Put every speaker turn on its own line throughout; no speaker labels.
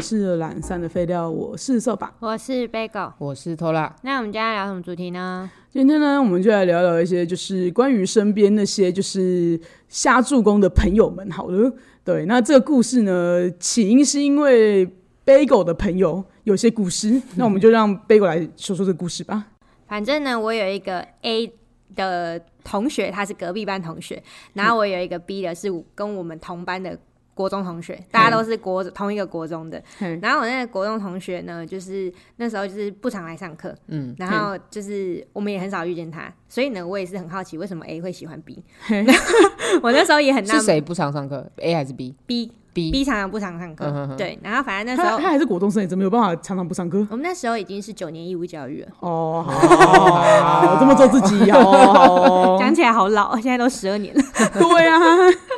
是懒散的废料，我是瘦吧。
我是 Bagel。
我是偷啦，
那我们今天要聊什么主题呢？
今天呢，我们就来聊聊一些就是关于身边那些就是瞎助攻的朋友们。好了，对，那这个故事呢，起因是因为 Bagel 的朋友有些故事，那我们就让 Bagel 来说说这个故事吧。
反正呢，我有一个 A 的同学，他是隔壁班同学，然后我有一个 B 的是跟我们同班的国中同学，大家都是国同一个国中的。
嘿，
然后我那个国中同学呢，就是那时候就是不常来上课，嗯，然后就是我们也很少遇见他，所以呢，我也是很好奇为什么 A 会喜欢 B。
嘿
我那时候也很纳
是
闷
谁不常上课？A 还是 B？B
，B B 常常不常上课，
嗯哼哼
对，然后反正那时
他
候
他还是国中生，也真没有办法常常不上课。
我们那时候已经是九年义务教育了，
哦，好，好这么做自己，好哦好哦，
讲起来好老， 现在都十二年了。
对啊，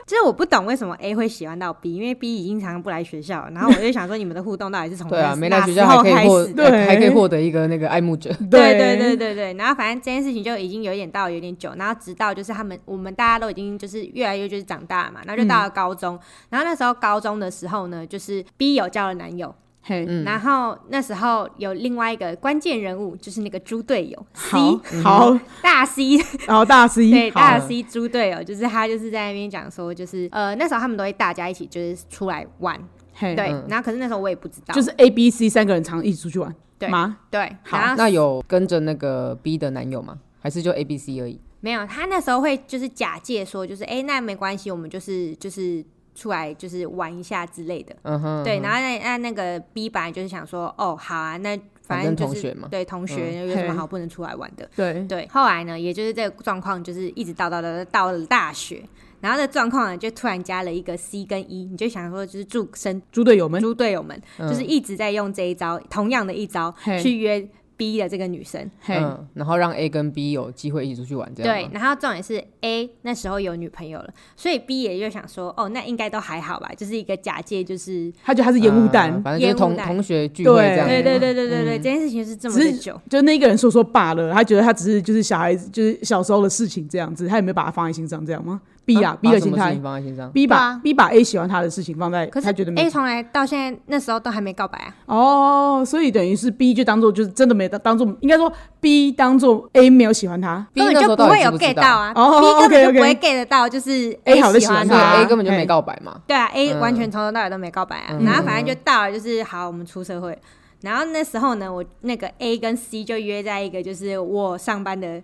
就是我不懂为什么 A 会喜欢到 B，因为 B 已经常常不来学校了，然后我就想说你们的互动到底是从
对啊，
哪
没来学
哪时
校
候
还可以
开
获
始，
对
还还可以获得一个那个爱慕者，
对对对对对，然后反正这件事情就已经有点到有点久，然后直到就是他们我们大家都已经就是越来越就是长大了嘛，然后就到了高中，然后那时候高中的时候呢，就是 B 有交了男友，
嘿，
嗯
然后那时候有另外一个关键人物就是那个猪队友 C
好，好，
大 C
然后大 C，
对，
好
大 C 猪队友就是他，就是在那边讲说，就是呃那时候他们都会大家一起就是出来玩，
嗯
嘿，
对，然后可是那时候我也不知道，
就是 A、B、C 三个人常一起出去玩，
对
吗？
对，
好
然后
那有跟着那个 B 的男友吗？还是就 A、B、C 而已？
没有他那时候会就是假借说就是哎、那没关系，我们就是就是出来就是玩一下之类的，
嗯哼，
对，然后那那那个 B 本来就是想说哦好啊，那
反
正
正
就是
同学嘛嗯
对同学有什么好不能出来玩的，
对，
对，后来呢，也就是这个状况，就是一直到到到到了大学，然后这状况呢，就突然加了一个 C 跟 E，你就想说就是住生
猪队友们，
猪队友们，
嗯
就是一直在用这一招，同样的一招
嘿
去约 B 的这个女生。
嘿，
嗯，然后让 A 跟 B 有机会一起出去玩，这样
对，然后重点是 A 那时候有女朋友了，所以 B 也就想说，哦，那应该都还好吧，就是一个假借，就是
他觉得他是烟雾弹，
嗯反正就是
烟雾
同
弹
同学聚会这样，嗯
对对，对对对对，这件事情是这么的
只是
久。
就那一个人说说罢了，他觉得他只是就是小孩子，就是小时候的事情这样子，他也没有把他放在心上，这样吗？B 啊，B 的心态
嗯放在心上，
，B
对
把
啊
B 把 A 喜欢他的事情放在，
可是
他觉
嗯
得没
A 从来到现在那时候都还没告白啊，
哦，所以等于是 B 就当做就是真的没当当做，应该说 B 当做 A 没有喜欢他，
B
根本
那时
就
候
不
到
会
底
有
知不知
get
道
到啊、
哦
b 根本就
OK，OK
不会 get 得到，就是
A 好的
喜欢
喜
所
欢
以
他
他
A 根本就
嘿
没告白嘛，
对啊，A
嗯
完全从头到尾都没告白啊，然后反正就到了，就是好，我们出社会。然后那时候呢，我那个 A 跟 C 就约在一个就是我上班的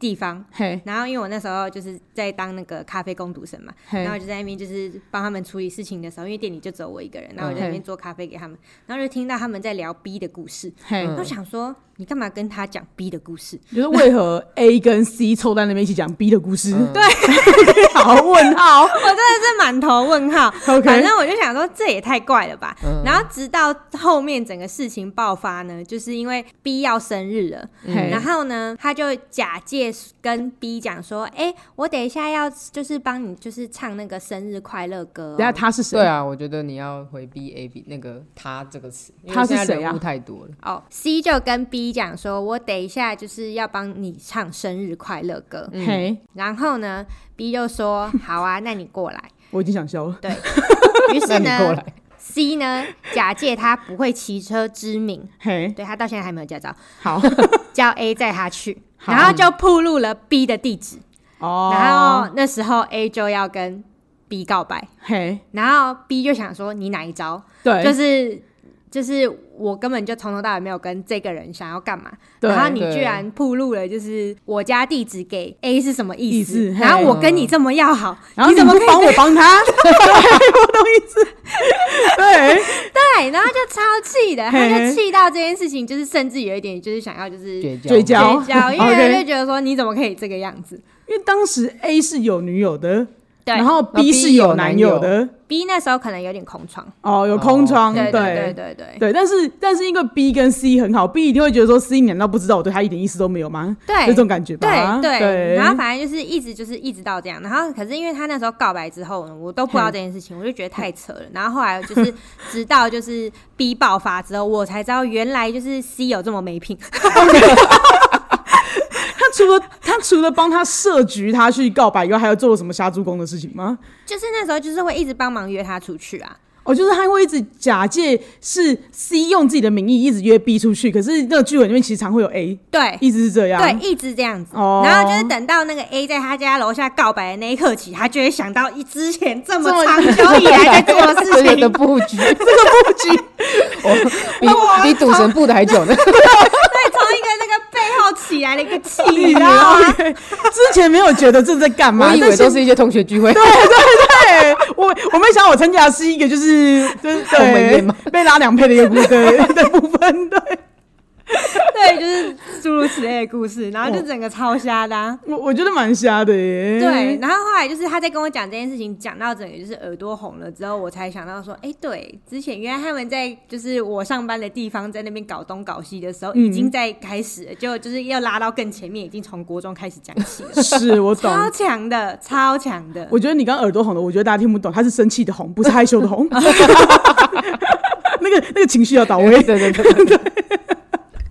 地方，
嘿，
然后因为我那时候就是在当那个咖啡工读生嘛，
嘿
然后我就在那边就是帮他们处理事情的时候，因为店里就只有我一个人，然后我就在那边做咖啡给他们，然后就听到他们在聊 B 的故事，
嘿，
嗯
我想说你干嘛跟他讲 B 的故事？
就是为何 A 跟 C 凑在那边一起讲 B 的故事？
嗯
对， 好问号。
我真的是满头问号。
OK
反正我就想说，这也太怪了吧。然后直到后面整个事情爆发呢，就是因为 B 要生日了，
嘿
然后呢，他就假借跟 B 讲说：“哎、我等一下要就是帮你就是唱那个生日快乐歌、
等一下
哦。
他是
对
谁？
啊，我觉得你要回避 A B 那个他这个词，因为
他是
现在
谁
人
啊
物太多了，”
哦、c 就跟 B 讲说：“我等一下就是要帮你唱生日快乐歌。
嗯
嘿，
然后呢，B 就说：“好啊，那你过来。
我已经想笑了。”
于
那
是
你过
呢
来，
，C 呢假借他不会骑车之名，
嘿，
对他到现在还没有驾照，
好
叫 A 载他去，
好
然后就铺路了 B 的地址，
哦，
然后那时候 A 就要跟 B 告白，
嘿，
然后 B 就想说你哪一招，
对，
就是就是我根本就从头到尾没有跟这个人想要干嘛，
对
然后你
对
居然铺路了，就是我家地址给 A 是什么意思？
意思
然后
嘿嗯
我跟你这么要好，
然后
你怎么
不
可以
帮我帮 他？对，我懂意思。对，
对？然后就超气的，他
嘿
就气到这件事情，就是甚至有一点就是想要就是
绝交
绝交
绝交，因为
OK
他就觉得说你怎么可以这个样子？
因为当时 A 是有女友的，
对哦
然后 B 是有男友的，
B 那时候可能有点空窗，
哦，有空窗，
对对
对。
对对对
对，但是但是因为 B 跟 C 很好，B 一定会觉得说 C 你难道不知道我对他一点意思都没有吗？
对
就这种感觉吧。
对
对，
然后反正就是一直就是一直到这样，然后可是因为他那时候告白之后呢，我都不知道这件事情，我就觉得太扯了。然后后来就是 直到就是 B 爆发之后，我才知道原来就是 C 有这么没品。
他除了他除了帮他设局，他去告白以外，还要做什么杀猪工的事情吗？
就是那时候就是会一直帮忙约他出去啊，
哦，哦，就是他会一直假借是 C 用自己的名义一直约 B 出去，可是那个剧本里面其实常会有 A，
对
一直是这样。
对，，一直这样子。
哦
然后就是等到那个 A 在他家楼下告白的那一刻起，他就会想到一之前这么
这么
长久以来在做的 事
这个的
情。
布局，哦
这个布局
我比比赌神布的还 久呢。
对，从一个那个背后起来的一个气，你
你
知道吗？
啊之前没有觉得这在干嘛，
啊我以为
但现
都是一些同学聚会，
对我我没想到我参加的是一个就是就是
鸿门
对
宴吗
被拉两配的一个部对的部分，对
对，就是诸如此类的故事，然后就整个超瞎的、啊。
我我觉得蛮瞎的耶。
对，，然后后来就是他在跟我讲这件事情，讲到整个就是耳朵红了之后，我才想到说，哎、对，之前原来他们在就是我上班的地方，在那边搞东搞西的时候，已
嗯
经在开始了，就就是要拉到更前面，已经从国中开始讲起了，
是我懂。
超强的，超强的。
我觉得你刚刚耳朵红了，我觉得大家听不懂，他是生气的红，不是害羞的 红。那个那个情绪要到
对
位。
对对对，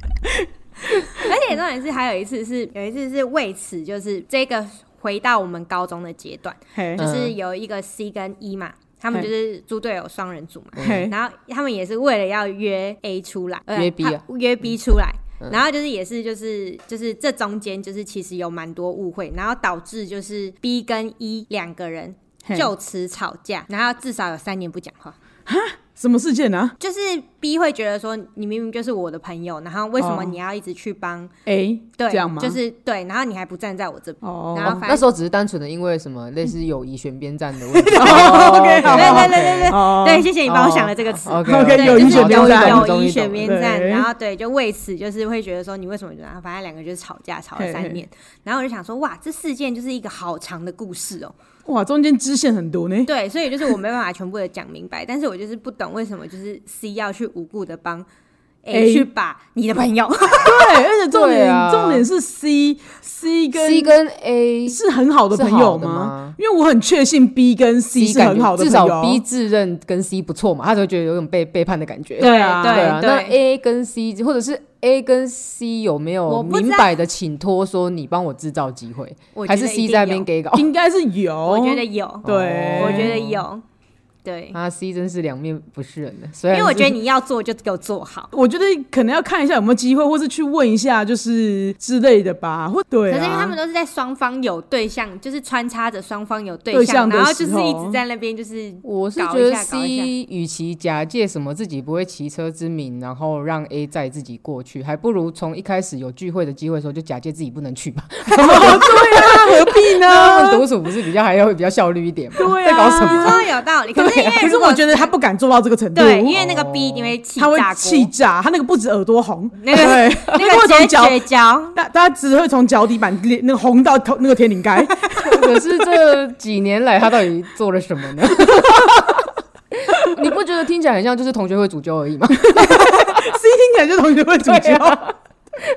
而且重点是还有一次是有一次是为此就是这个回到我们高中的阶段，
嘿
就
嗯
是有一个 C 跟 E 嘛，他们
嘿
就是猪队友双人组嘛，
嘿，
然后他们也是为了要约 A 出来，呃
约 B 啊
他约 B 出来。
嗯
然后就是也是就是就是这中间就是其实有蛮多误会，然后导致就是 B 跟 E 两个人
嘿
就此吵架，然后至少有三年不讲话。
什么事件啊呢
就是 B 会觉得说你明明就是我的朋友，然后为什么
哦
你要一直去帮？
？A
对，
这样吗？
就是对，然后你还不站在我这边。
哦
然后反
那时
正
候只是单纯的因为什么类似友谊选边站的问题。
哦，OK，好好
对 对
好
对对对
哦
对，谢谢你帮我想了这个词。
OK
对
对，
友
就
谊
是
选边站
友
终
友
于
谊
懂
选
了
边
对
站，然后对，就为此就是会觉得说你为什么，然后反正两个就是吵架，吵了
嘿
三
嘿
年，然后我就想说，哇，这事件就是一个好长的故事哦、
哇，中间支线很多呢。
对，所以就是我没办法全部的讲明白，但是我就是不懂为什么就是 C 要去无故的帮 A
A
去把你的朋友，
对，而且重
对
点
啊
重点是 C，C 跟
C 跟 A
是很好的朋
是
友
好的吗
因为我很确信 B 跟 C 是
感
很
觉
好的
至
朋
少
友。
B 自认跟 C 不错嘛，他才会觉得有种被背叛的感觉。
对啊
对
对啊，那
对
A 跟 C 或者是 A 跟 C 有没
我
有
不知道
明摆的请托说你帮我制造机会，
我觉
还
得
是
一
C
定
在那
有
边给搞？
应该是有，
我觉得有，
对，
我觉得有，对，
啊，C 真是两面不是人呢。啊虽
因
啊
然
为我
是
觉得你要做就给我做好。
我觉得可能要看一下有没有机会，或是去问一下，就是之类的吧。或对、
可
啊，
是因为他们 都是在双方有对象，就是穿插着双方有对
对
象，
象的
然后就是
时候
一直在那边就是
我是
搞
觉
一
得
下搞
C
一下
与其假借什么自己不会骑车之名，然后让 A 载自己过去，还不如从一开始有聚会的机会的时候就假借自己不能 去吧。啊
何必
那他们
呢？
独处不是比较还要比较效率一点吗？
对啊啊
在搞什
你
么？
说有道理，可是因为
可是
如果
我觉得他不敢做到这个程度，
对，因为那个
哦
B 一定会气
他会
炸锅，
气炸，他那个不止耳朵红，
那 个
对，
那
那个会
个直
从
接
脚。
绝交。
大大家只会从脚底板裂那个红到头那个天灵盖，
可是这几年来他到底做了什么 呢？你不觉得听起来很像就是同学会主教而已吗？
C 听起来就是同学会主
对
角，
啊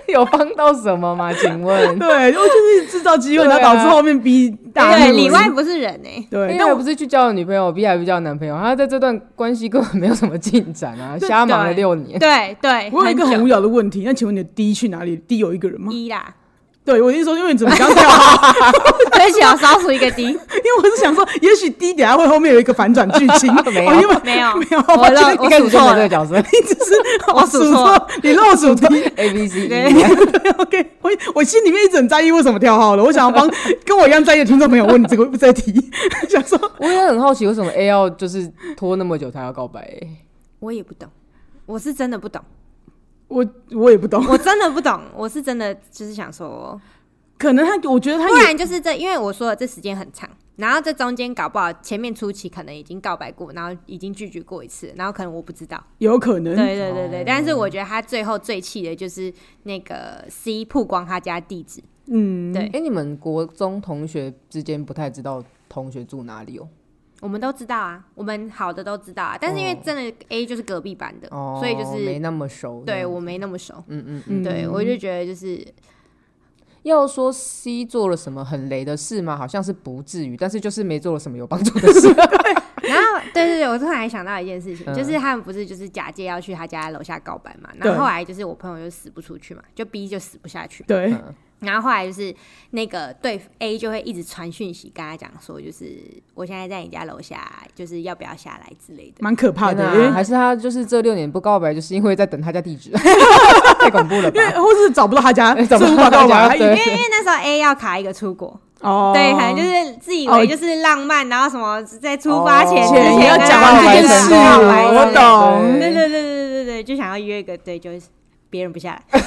有帮到什么吗？请问？
对，我就是制造机会，
对啊
然后导致后面 B 大
对，
怒
里外不是人哎、
对，
A
但
还
我
不是去交了女朋友，B 还不交男朋友，他在这段关系根本没有什么进展 啊，
对
瞎忙了
对
六 年。
对对，
我有一个很无
久
聊的问题，那请问你的 D 去哪里？D 有一个人吗？
一啦，
对，我的意思说，因为你怎么刚跳好？
而且我烧出一个 D，
因为我是想说，也许 D 等下会后面有一个反转剧情，
没有
哦因为
没有
没有，
我
我觉
漏
得
我
一开
数
始就没
错
有这
了
个，角 色
你只是哦
我数
数
错
错，你漏数 D。
，A B C
对
E
OK，我我心里面一直很在意为什么跳号了，我想要帮跟我一样在意的听众朋友问你这个这题， 想说
我也很好奇，为什么 A 要就是拖那么久才要告白、欸
我也不懂，我是真的不懂，
我我也不懂，
我真的不懂，我是真的就是想说，
可能他我觉得他
不
也
然就是这，因为我说的这时间很长，然后这中间搞不好前面初期可能已经告白过，然后已经拒绝过一次，然后可能我不知道。
有可能
对对对
哎
对，但是我觉得他最后最气的就是那个 C 曝光他家地址，
嗯，
对
哎、你们国中同学之间不太知道同学住哪里哦、
我们都知道啊，我们好的都知道啊，但是因为真的 A 就是隔壁班的，
哦，
所以就是
没那么熟。
对我没那么熟，
嗯嗯，
嗯
对我就觉得就是
要说 C 做了什 么很雷的事吗？好像是不至于，但是就是没做了什么有帮助的事。
然后对对对对，我突然还想到一件事情，
嗯
就是他们不是就是假借要去他家楼下告白嘛，
对
然后后来就是我朋友就死不出去嘛，就 B 就死不下去，
对，
嗯
然后后来就是那个对 A 就会一直传讯息跟他讲说，就是我现在在你家楼下，就是要不要下来之类的。
蛮可怕
天
的，
哪
因为
还是他就是这六年不告白，就是因为在等他家地址， 太恐怖了吧
因？为或是找不到他家，
哎找不
所以无
到
法告白，
他家
还以
因
对
为因为那时候 A 要卡一个出国，
哦，
对，可能就是自以
哦
为就是浪漫，然后什么在出发前
哦
之
前
前
也要
跟
讲
他
完这件
告白
事，哦
告白之类
我
的
懂，
对对对对对对，就想要约一个，对，就是别人不下来。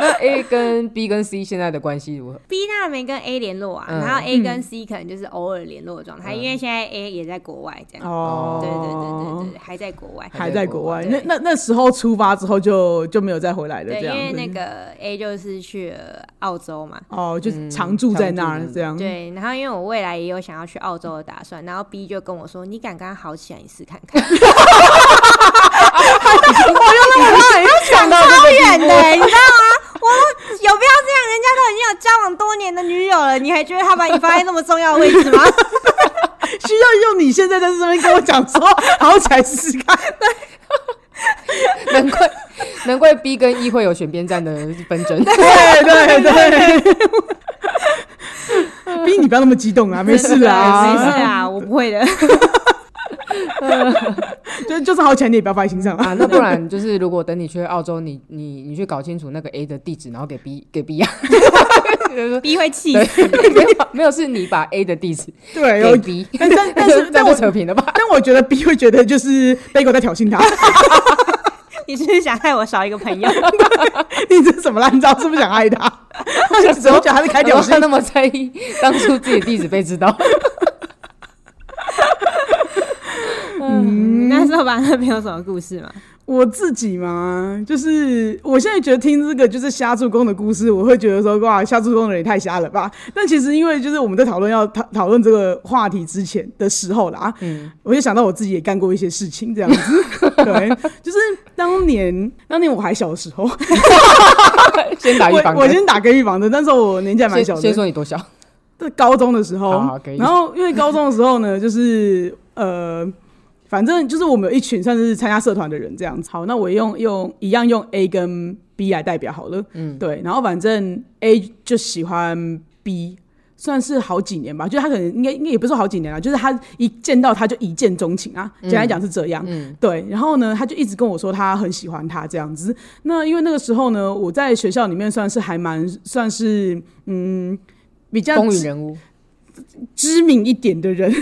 那 A 跟 B 跟 C 现在的关系如何？
B 当然没跟 A 联络啊，
嗯
然后 A 跟 C 可能就是偶尔联络的状态，因为现在 A 也在国外这样。
嗯哦，
对对对对对，还在国外。
还在国外。
还
那
在国外
那那时候出发之后就就没有再回来了，
对，
这
因
样
为
子
那个 A 就是去了澳洲嘛，
哦，就
嗯
常住在那
常
儿
住
这样。
对，然后因为我未来也有想要去澳洲的打算，然后 B 就跟我说：“你敢跟他好起来，你试看 看。
想到”
超远的、你知道吗？我说有必要这样？人家都已经有交往多年的女友了，你还觉得他把你放在那么重要的位置吗？
需要用你现在在这边跟我讲说，好起来试试看。
难怪难怪 B 跟 E 会有选边站的纷 争。
对对对。 逼你不要那么激动啊，没事
对 没
啊，
事啊，我不会的。
就就是好起来你也不要放在心上啊。
啊，那不然就是如果等你去澳洲，你你你去搞清楚那个 A 的地址，然后给 B 给 B 啊，
B 会气
对
死，，
没有没有，是你把 A 的地址
对，
给
我
B，
但但 但是
这
但
样
我
就扯平了吧？
但我觉得 B 会觉得就是贝狗在挑 衅他，
你是不是想害我少一个朋友？
你这是什么烂招？是不是想 害他？他就只会觉得他在开挑
然后
衅
他。那么在意当初自己地址被知道，
嗯，那时候吧，那边有什么故事吗？
我自己嘛，就是我现在觉得听这个就是瞎助攻的故事，我会觉得说哇，瞎助攻的人也太瞎了吧。但其实因为就是我们在讨论要讨讨论这个话题之前的时候啦，嗯，我就想到我自己也干过一些事情这样子， 对，就是当年当年我还小的时候，
先打预
我
防
我
针。
先打个预防针，但是我年纪还蛮小
先
的，
先说你多小，
在高中的时候，
好好可以
然后因为高中的时候呢， 就是呃，反正就是我们有一群算是参加社团的人这样子。好，那我用用一样用 A 跟 B 来代表好了，嗯，对。然后反正 A 就喜欢 B，算是好几年吧，就是他可能应该应该也不是说好几年啦，就是他一见到他就一见钟情啊，
嗯
简单来讲是这样。对。然后呢，他就一直跟我说他很喜欢他这样子。那因为那个时候呢，我在学校里面算是还蛮算是嗯。比较
风
知
云人物，
知名一点的 人，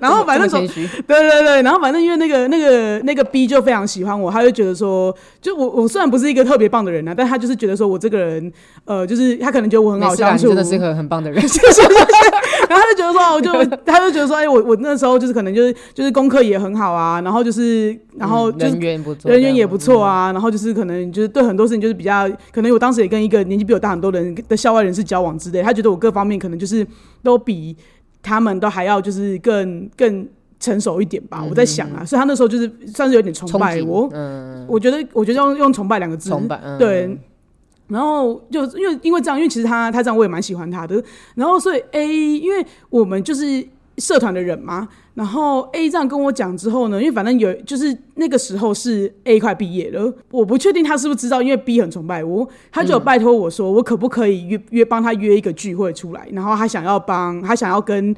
然后反正
这
总
么谦虚，
对对对，然后反正因为那个那个那个 B 就非常喜欢我，他就觉得说，就我我虽然不是一个特别棒的人啊，但他就是觉得说我这个人，呃，就是他可能觉得我很
没
好
事
相
啊，你
处，
真的是一个很棒 的人。
然后他就觉得说，哦我就 他就觉得说，哎、我我那时候就是可能就是就是功课也很好啊，然后就是然后
嗯
就是
人缘不错，
人缘也不错啊，然后就是可能就是对很多事情就是比较，可能我当时也跟一个年纪比我大很多的人的校外人士交往之类，他觉得我各方面可能就是都比他们都还要就是更更成熟一点吧，我在想啊，所以他那时候就是算是有点
嗯，
崇
崇
拜
拜
我，
嗯，
我觉得我觉得用用崇拜两个字，
崇拜，嗯
对，然后就因为因为这样，因为其实他他这样我也蛮喜欢他的。然后所以 A，因为我们就是社团的人嘛，然后 A 这样跟我讲之后呢，因为反正有就是那个时候是 A 快毕业了，我不确定他是不是知道，因为 B 很崇拜我，他就有拜托我说，我可不可以约约帮他约一个聚会出来，然后他想要帮他想要跟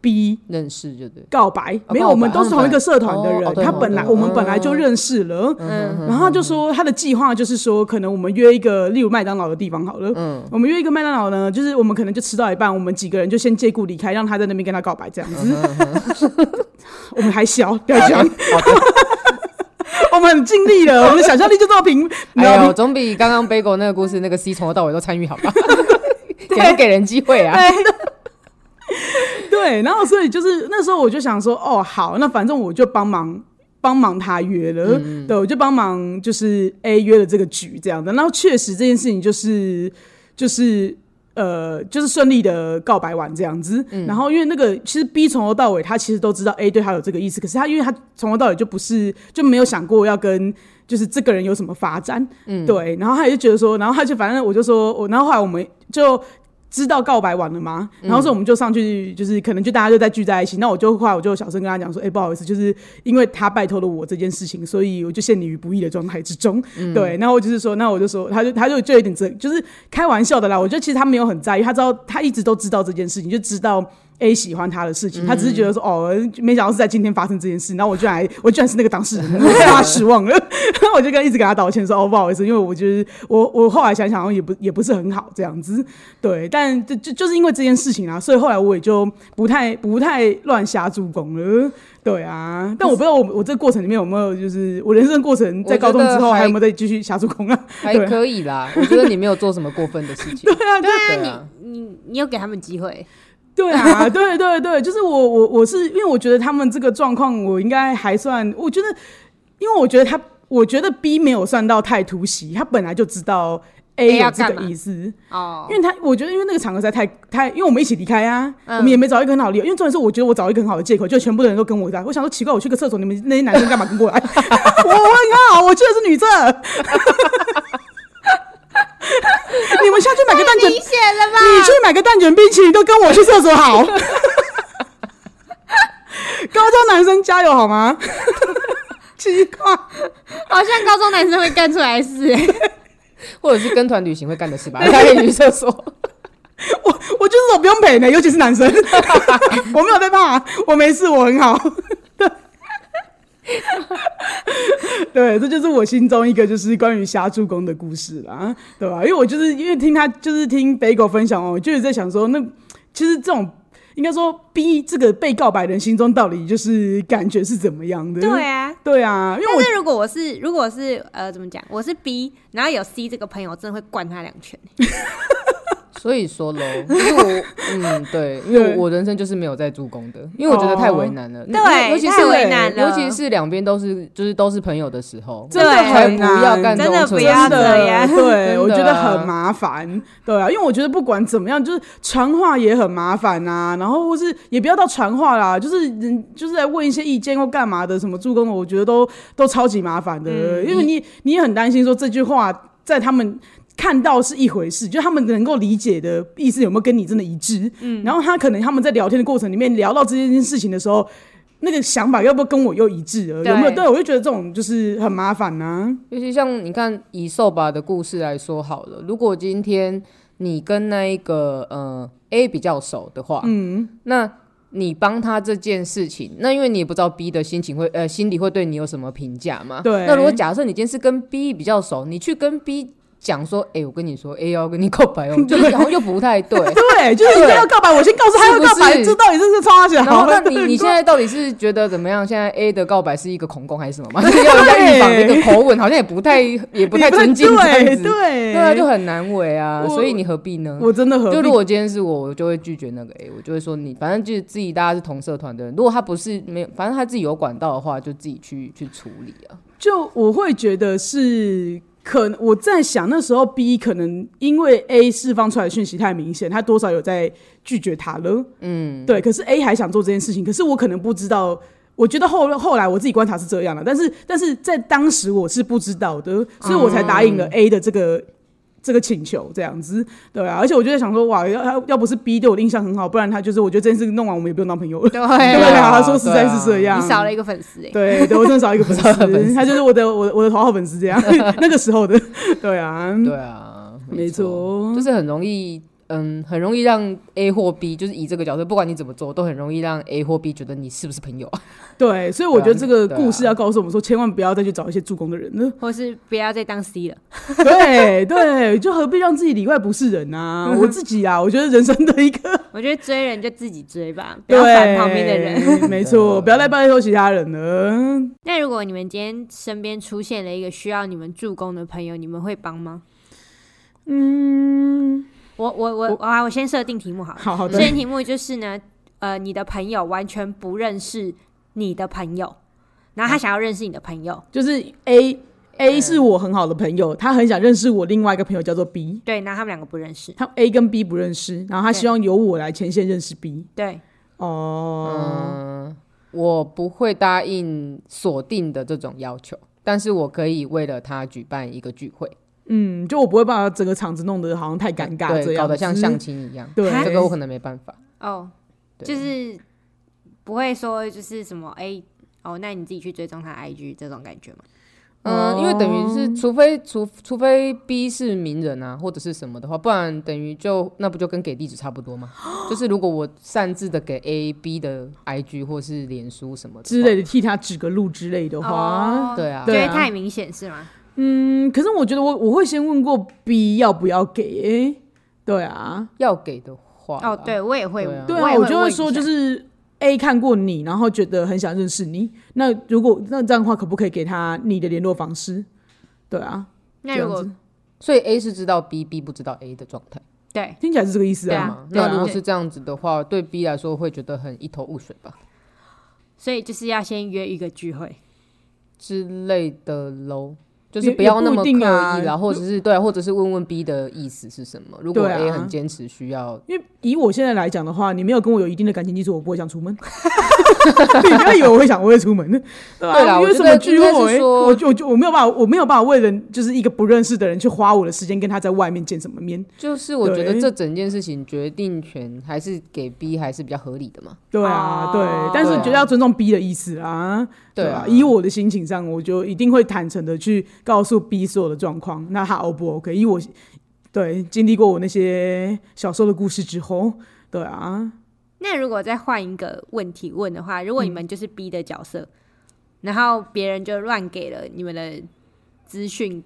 B
认识就对。
告白，
哦
没有，
告白
我们都是同一个社团的
哦哦
人，
对
他本来
哦
我们本来就认识了，
嗯
嗯
然后他就说他的计划就是说，可能我们约一个，例如麦当劳的地方好了，
嗯
我们约一个麦当劳呢，就是我们可能就吃到一半，我们几个人就先借故离开，让他在那边跟他告白这样子。
嗯
我们还小，不要讲， 我们很尽力了，我们的想象力就这么平，没有
哎呦，
平
总比刚刚 Bagel 那个故事那个 C 从头到尾都参与好 吧？也是给人机会啊。
对，然后所以就是那时候我就想说，哦，好，那反正我就帮忙帮忙他约了，对，我就帮忙就是 A 约了这个局这样的，然后确实这件事情就是就是。呃，就是顺利的告白完这样子，然后因为那个其实 B 从头到尾他其实都知道 A 对他有这个意思，可是他因为他从头到尾就不是就没有想过要跟就是这个人有什么发展，对，然后他也就觉得说，然后他就反正我就说我，然后后来我们就知道告白完了吗？然后所以我们就上去，就是可能就大家就在聚在一起。那我就后来我就小声跟他讲说，哎、不好意思，就是因为他拜托了我这件事情，所以我就陷你于不义的状态之中。对，然后我就是说，那我就说，他就他就就有点这，就是开玩笑的啦。我觉得其实他没有很在意，他知道他一直都知道这件事情，就知道 A 喜欢他的事
嗯
情，他只是觉得说，哦，没想到是在今天发生这件事。然后我居然还我居然是那个当事人， 我让他失望了。然后我就跟一直给他道歉说，哦，不好意思，因为我就是我我后来想想好像也不也不是很好这样子。对，但就就就是因为这件事情啊，所以后来我也就不太不太乱下助攻了。对啊，但我不知道我我这个过程里面有没有，就是我人生过程在
我觉
高中
得
之后还
还
有没有再继续下助攻啊？
还
对
可以啦。我觉得你没有做什么过分的事 情。对啊，对啊，
你你有给他们机会，
对啊， 对对对，就是我我我是因为我觉得他们这个状况，我应该还算，我觉得，因为我觉得他，我觉得 B 没有算到太突袭，他本来就知道
A
A 有
要
这
干
个
嘛
意思，
哦
因，为他我觉得因为那个场合实在太太，因为我们一起离开啊，
嗯
我们也没找一个很好的理由，因为重点是我觉得我找一个很好的借口，就全部的人都跟我来，我想说奇怪，我去个厕所，你们那些男生干嘛跟过来？ 我我很好，我去的是女厕。 你们下去买个蛋
太
卷
明显了吧？
你去买个蛋卷冰淇淋都跟我去厕所好。高中男生加油好吗？奇怪，
好像高中男生会干出来的事、欸，
或者是跟团旅行会干的事吧？ 他也去厕所，
我我就是说不用赔呢，尤其是男生， 我没有在怕，我没事，我很好。 对，这就是我心中一个就是关于霞助攻的故事啦，对吧？因为我就是因为听他就是听北狗分享哦，我就是在想说，那其实这种应该说逼这个被告白人心中到底就是感觉是怎么样的？
对啊。
对啊，因为我
但是如果我是如果我是呃怎么讲，我是 B，然后有 C 这个朋友，我真的会灌他两拳。
所以说喽，因为我嗯对，因为
对
我人生就是没有在助攻的，因为我觉得太为难了。
对
尤其
太
是
为难了
尤其是两边都是就是都是朋友的时候，
真的
对
才
很
不
难，
要干这种
真的
蠢
不
事
要
真
这
的，
样
对，我觉
真的
得
啊
很麻烦，对啊，因为我觉得不管怎么样，就是传话也很麻烦啊，然后或是也不要到传话啦，就是人就是在问一些意见或干嘛的，什么助攻的，我觉得都都超级麻烦的，因为你你也很担心说这句话在他们。看到是一回事，就他们能够理解的意思有没有跟你真的一致？嗯，然后他可能他们在聊天的过程里面聊到这件事情的时候，那个想法要不要跟我又一致了？有没有？
对
对，我就觉得这种就是很麻烦啊呐、
尤其像你看以瘦吧的故事来说好了，如果今天你跟那一个呃 A 比较熟的话，嗯，那你帮他这件事情，那因为你也不知道 B 的心情会呃心里会对你有什么评价嘛，
对。
那如果假设你今天是跟 B 比较熟，你去跟 B 讲说，哎、我跟你说，A 要跟你告白哦，就是好像又不太 对
对，就是人家要告白，我先告诉他
是
要
不
告白，
是
这到底是不是超小？
然后，那你你现
在
在到底是觉得怎么样？现在 A 的告白是一个恐攻还是什么吗？ 就是要人家预防那个口吻，好像也不太也不太尊敬这样
对
子。
对
对啊，就很难为啊，
欸我
所以你何必呢？
我真的
就
很
如果今天是我，我就会拒绝那个 A，我就会说你，反正就是自己大家是同社团的人，如果他不是没有，反正他自己有管道的话，就自己去去处理啊。
就我会觉得是。可能我在想，那时候 B 可能因为 A 释放出来的讯息太明显，他多少有在拒绝他了。嗯，对。可是 A 还想做这件事情，可是我可能不知道。我觉得后后来我自己观察是这样的，但是但是在当时我是不知道的，所以我才答应了 A 的这个、这个请求，这样子。对啊，而且我就在想说，哇，要要不是 B 对我的印象很好，不然他就是我觉得这件事弄完我们也不用当朋友了。
对
对啊，
啊
说实在是这
对
样，
你少了一个粉丝哎、
对对，我真的少一个粉
少一个粉
丝，
丝
他就是我的我的我的头号粉丝这样，那个时候的，对啊，
对啊，
没错
就，是很容易，嗯，很容易让 A 或 B，就是以这个角色，不管你怎么做，都很容易让 A 或 B 觉得你是不是朋友啊？
对，所以我觉得这个
对啊
故事要告诉我们说，千万不要再去找一些助攻的人了，
或是不要再当 C 了。
对对，就何必让自己里外不是人啊？我自己啊，我觉得人生的一个，
我觉得追人就自己追吧，不
对，
要烦旁边的 人。
没错，不要再拜托其他人了。
那如果你们今天身边出现了一个需要你们助攻的朋友，你们会帮吗？
嗯，
我我我我啊，我先设定题目好了。
好好
设
的，
定题目就是呢，呃，你的朋友完全不认识你的朋友，然后他想要认识你的朋友，
就是 A A 是我很好的朋友，他很想认识我另外一个朋友叫做 B。
对，然后他们两个不认识，
他 A 跟 B 不认识，然后他希望由我来前线认识 B。
对，
哦，
我不会答应锁定的这种要求，但是我可以为了他举办一个聚会。
嗯，就我不会把整个场子弄得好像太尴尬这
对，
样，
搞得像
只是
相亲一样。
对
啊
这个我可能没办法。
哦，
对
就是不会说就是什么哎、哦，那你自己去追踪他 IG 这种感觉吗？
嗯，因为等于
哦
是，除非除除非 B 是名人啊，或者是什么的话，不然等于就那不就跟给地址差不多吗？ 就是如果我擅自的给 A、B 的 IG 或是脸书什么的
之类的替他指个路之类的话，
哦
话，对啊
觉
对
得
啊
太明显是吗？
嗯，可是我觉得我我会先问过 B 要不要给，对啊，
要给的话啦，
哦，对我也会，
对啊
对
我
啊，
也
我就
问
会
一
说就
下
是 A 看过你，然后觉得很想认识你，那如果那这样的话，可不可以给他你的联络方式？对啊，
那
这
如
样
果
子
所以 A 是知道 B，B 不知道 A 的状态
对
听起来是这个意思
对
啊，
啊
嘛？
对
那如果
啊，
是这样子的话，对 B 来说会觉得很一头雾水吧
所以就是要先约一个聚会，
之类的喽。就是
也
不要那
也不
么刻
一
意
定啊
啦，或者是对啊，或者是问问 B 的意思是什么。如果
对啊
A 很坚持需要
因为以我现在来讲的话，你没有跟我有一定的感情基础，我不会想出 门。你不要以为我会想我会出门，对
对
吧？
啦
因为
我觉
什
得
么聚
应该
会，
是说
我就我就我没有办法，我没有办法为了就是一个不认识的人去花我的时间跟他在外面见什么面，
就是我觉得
对
这整件事情决定权还是给 B 还是比较合理的嘛。
对啊，
哦
对。但是
对啊
觉得要尊重 B 的意思啊，
对
啊
啊。
以我的心情上，我就一定会坦诚的去告诉 B 所有的状况，那他 O 不 OK？以我对经历过我那些小时候的故事之后，对啊，
那如果再换一个问题问的话，如果你
嗯
们就是 B 的角色，然后别人就乱给了你们的资讯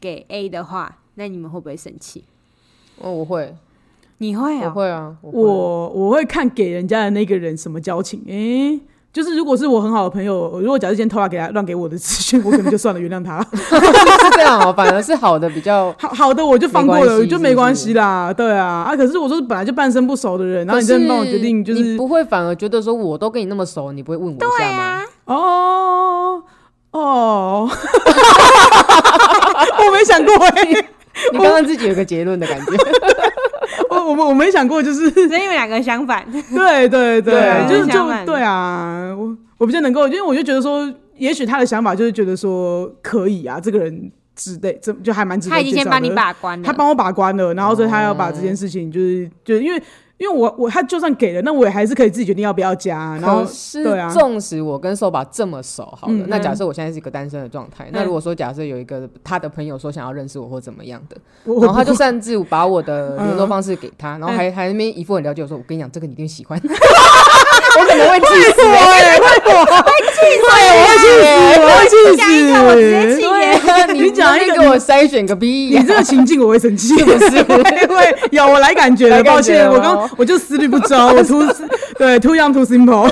给 A 的话，那你们会不会生气？
哦，我会，
你会
我
啊、
会啊，我会
我我会看给人家的那个人什么交情，诶、就是如果是我很好的朋友，如果假设今天偷他给他乱给我的资讯，我可能就算了，原谅他。。
是这样哦，反而是好的比较 哦
好好的我就放过
没关
了，
系
就没关系啦，对啊啊！可是我说本来就半生不熟的人，然后你
可
真
是
的帮我决定，就
你
是
不会反而觉得说我都跟你那么熟，你不会问我一下吗？
啊哦哦， 我没想 过哎、
你刚刚自己有个结论的感觉，
我我们我没想过，就是
所以你们两个相反，
对对对，
对啊
就是
相反
就对啊，我我比较能够，因为我就觉得说，也许他的想法就是觉得说可以啊，这个人值得，这就还蛮值得
他已经
介
先
绍
帮你
的
把关了，
他帮我把关了，然后所以他要把这件事情就是、就是因为因为我我他就算给了，那我也还是可以自己决定要不要加，然后
可是
对啊
纵使我跟瘦吧这么熟，好了，
嗯
那
嗯
假设我现在是一个单身的状态，那
嗯
如果说假设有一个他的朋友说想要认识我或怎么样的，
我嗯
然后他就
我
擅自把我 的联络方式给他，然后还还那边一副很了解我说，我跟你讲，这个你一定 喜欢，我欸可能会气死欸，
我会气
讲一个我直接
死，
气
对
耶，
啊，你
你讲一
那
个
边给我筛选个逼
你
呀，
这个情境我会生气，
不是
会会有我来感觉了，
来感觉
抱歉，
了
我
哦
刚我就思虑不周，我 too 对 too young too simple，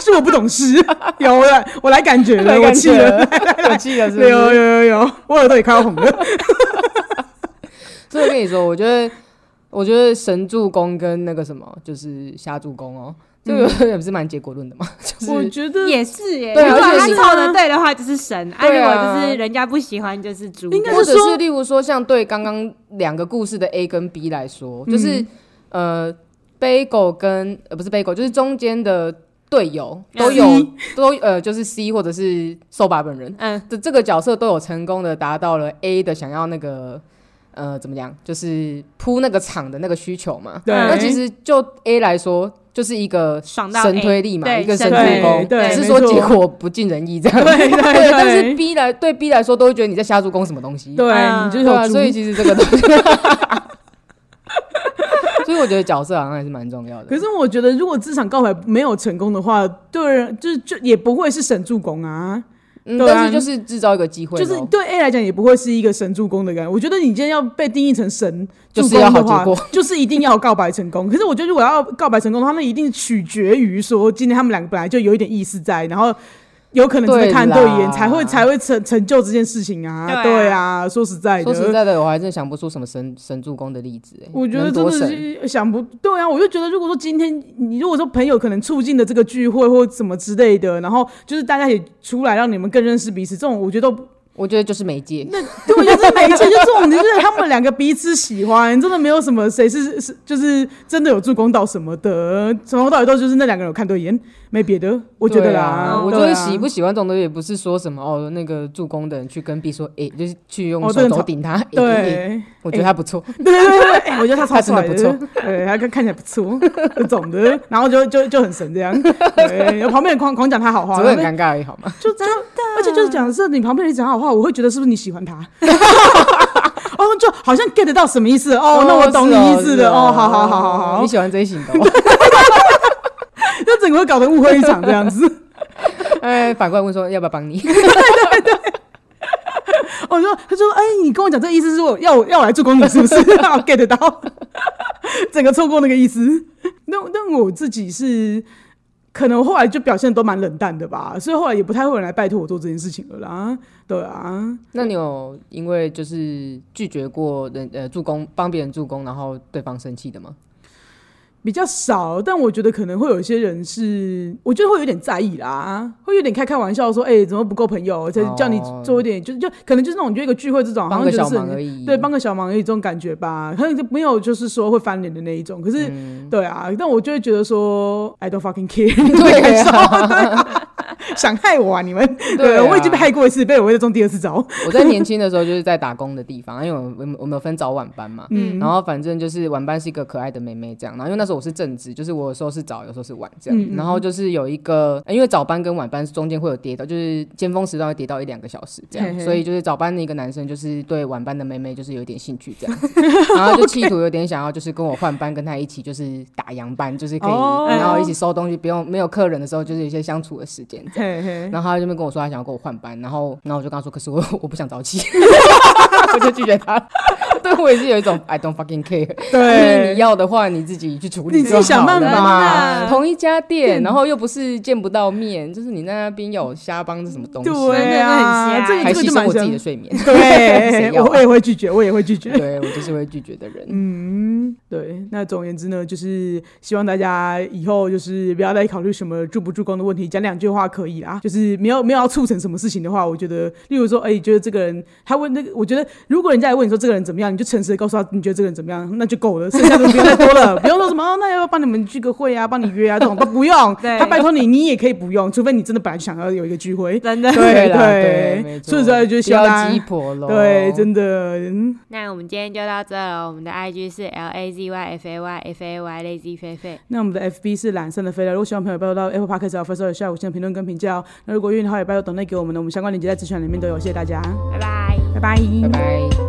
是我不懂事， 有我来我来感觉了，我气了，，
我气了，是不
有有
是？
有有，我耳朵也快要红了，
所以我跟你说，我觉得，我觉得神助攻跟那个什么，就是瞎助攻哦，这个
嗯
也是蛮结果论的嘛， 就是
觉得
也是耶。
对啊
如果
而
他
且是
凑的对的话，就是神；啊，
对啊
如果就是人家不喜欢，就是猪。
应该
或
是
者
说
是例如说，像对刚刚两个故事的 A 跟 B 来说，
嗯
就是、呃，Bagel 跟呃不是 Bagel，就是中间的队友都有、
嗯 C
都呃就是 C 或者是 Soba 本人
嗯，
的这个角色都有成功的达到了 A 的想要那个呃怎么讲，就是铺那个场的那个需求嘛。
对
那其实就 A 来说，就是一个
爽到 A
神推力嘛，
对
一个
神
神助
推
攻，
对对
只是
没
说
错
结果不尽人意这样。
对对对
但是 B 来对 B 来说，都会觉得你在瞎助攻什么东西。
对，
嗯
你就是
对啊，
有
所以
猪。
其实这个东西， 所以我觉得角色好像还是蛮重要的。
可是我觉得，如果这场告白没有成功的话，对人就是就也不会是神助攻啊，
嗯，
对啊
但是就是制造一个机会
就
咯，
是对 A 来讲也不会是一个神助攻的感觉。我觉得你今天要被定义成神
就
助
是要
攻
好
的
结
话，
果。
就是一定要告白成功。可是我觉得，如果要告白成功的话，那一定取决于说今天他们两个本来就有一点意思在，然后有可能真的看对
对
眼，
啦
才会才会成成就这件事情啊。
对啊
对啊，说实在的，
说实在的，我还真想不出什么神神助攻的例子、欸。
我觉得
能
真的
多神
是想不对啊！我就觉得，如果说今天你如果说朋友可能促进的这个聚会或什么之类的，然后就是大家也出来让你们更认识彼此，这种我觉得都
我觉得就是媒介。
对，我觉得这没钱，就这种，就是他们两个彼此喜欢，真的没有什么谁是是，就是真的有助攻到什么的，从头到尾都就是那两个人有看对眼，没别的，我觉得
对
啦，
哦
啊我觉
对
得
啊
喜不喜欢这种东西，也不是说什么哦，那个助攻的人去跟 B 说，哎，就是去用
哦这
手
很
肘
常
顶他，哎
对欸
哎哎我觉得他不错，
对对对对，哎我觉得他超
他真的
帅
不错，
对，他看看起来不错，这种的，然后就就就很神这样，对，旁边人狂狂讲他好话，
只会很尴尬而已，好吗？
就真的，而且就是假设你旁边人讲好话，我会觉得是不是你喜欢他？哦，就好像 get 到什么意思哦，那我懂你意思了哦，好好好好好
你，喜欢这一型的哦，
就整个会搞得误会一场这样子。
哎，反过来问说要不要帮你？
我说，他说，哎、你跟我讲这个意思是我要我要我来做公主是不是？ 我 get 到， 整个错过那个意思。那那我自己是，可能后来就表现得都蛮冷淡的吧，所以后来也不太会有人来拜托我做这件事情了啦。对啊，
那你有因为就是拒绝过人呃助攻帮别人助攻，然后对方生气的吗？
比较少，但我觉得可能会有一些人是，我觉得会有点在意啦，会有点开开玩笑说，哎、怎么不够朋友，才叫你
哦
做一点，就就可能就是那种哦就一个聚会这种，好
帮
像
个
觉得
小
是
忙
很
而已。
对，帮个小忙而已这种感觉吧，可能就没有就是说会翻脸的那一种。可是，
嗯
对啊，但我就会觉得说，I don't fucking care，
对啊
感受，对啊想害我啊 你们？
对啊
我已经被害过一次，被我会中第二次 招。
我在年轻的时候就是在打工的地方，因为我我们我们有分早晚班嘛，
嗯
然后反正就是晚班是一个可爱的妹妹这样，然后因为那时候我是正职，就是我有时候是早，有时候是晚这样，
嗯嗯
然后就是有一个，呃因为早班跟晚班中间会有跌到，就是尖峰时段会跌到一两个小时这样，
嘿嘿
所以就是早班的一个男生就是对晚班的妹妹就是有点兴趣这样子，然后就企图有点想要就是跟我换班，跟他一起就是打烊班，就是可以、
哦
然后一起收东西，不用没有客人的时候就是有一些相处的时间这样
嘿嘿，
然后他就没跟我说他想要跟我换班，然后然后我就跟他说，可是我我不想早起， 我就拒绝他了。对我也是有一种 I don't fucking care，就是
对，
你要的话你自己去处理
你
就
自
好了，
己想办
真
法
的
同一家店，然后又不是见不到面，就是你在那边要我瞎帮这什么东西，
对啊，这
真
个
的很瞎
还
这个
牺
就
牲
蛮
我自己
像
的。睡 眠。谁
对，
要啊
我也会拒绝，我也会拒绝。
对我就是会拒绝的人。
嗯，对。那总而言之呢，就是希望大家以后就是不要再考虑什么助不助攻的问题，讲两句话可以啦。就是没有没有要促成什么事情的话，我觉得，例如说，哎、觉得这个人他问那个，我觉得如果人家来问你说这个人怎么样，你就诚实的告诉他你觉得这个人怎么样，那就够了，剩下的不用再多了，不用说什么、哦、那要不要帮你们聚个会啊，帮你约啊这种都不用。
对
他拜托你，你也可以不用，除非你真的本来就想要有一个聚会。
真的。
对
啦，对，没
对，
错
所以说就
不
希望
要
大
鸡
家
婆喽。
对，真的，嗯。
那我们今天就到这了，我们的 IG 是 L A Z Y F A Y F A Y Lazy 菲菲。
那我们的 FB 是懒散的飞了，如果喜欢朋友，拜托到 Apple Podcast 和 First Story 下午先评论跟评价哦。那如果愿意的话，也拜托等待给我们的，我们相关链接在资讯栏里面都有，谢谢大家，
拜拜。
拜拜，
拜拜。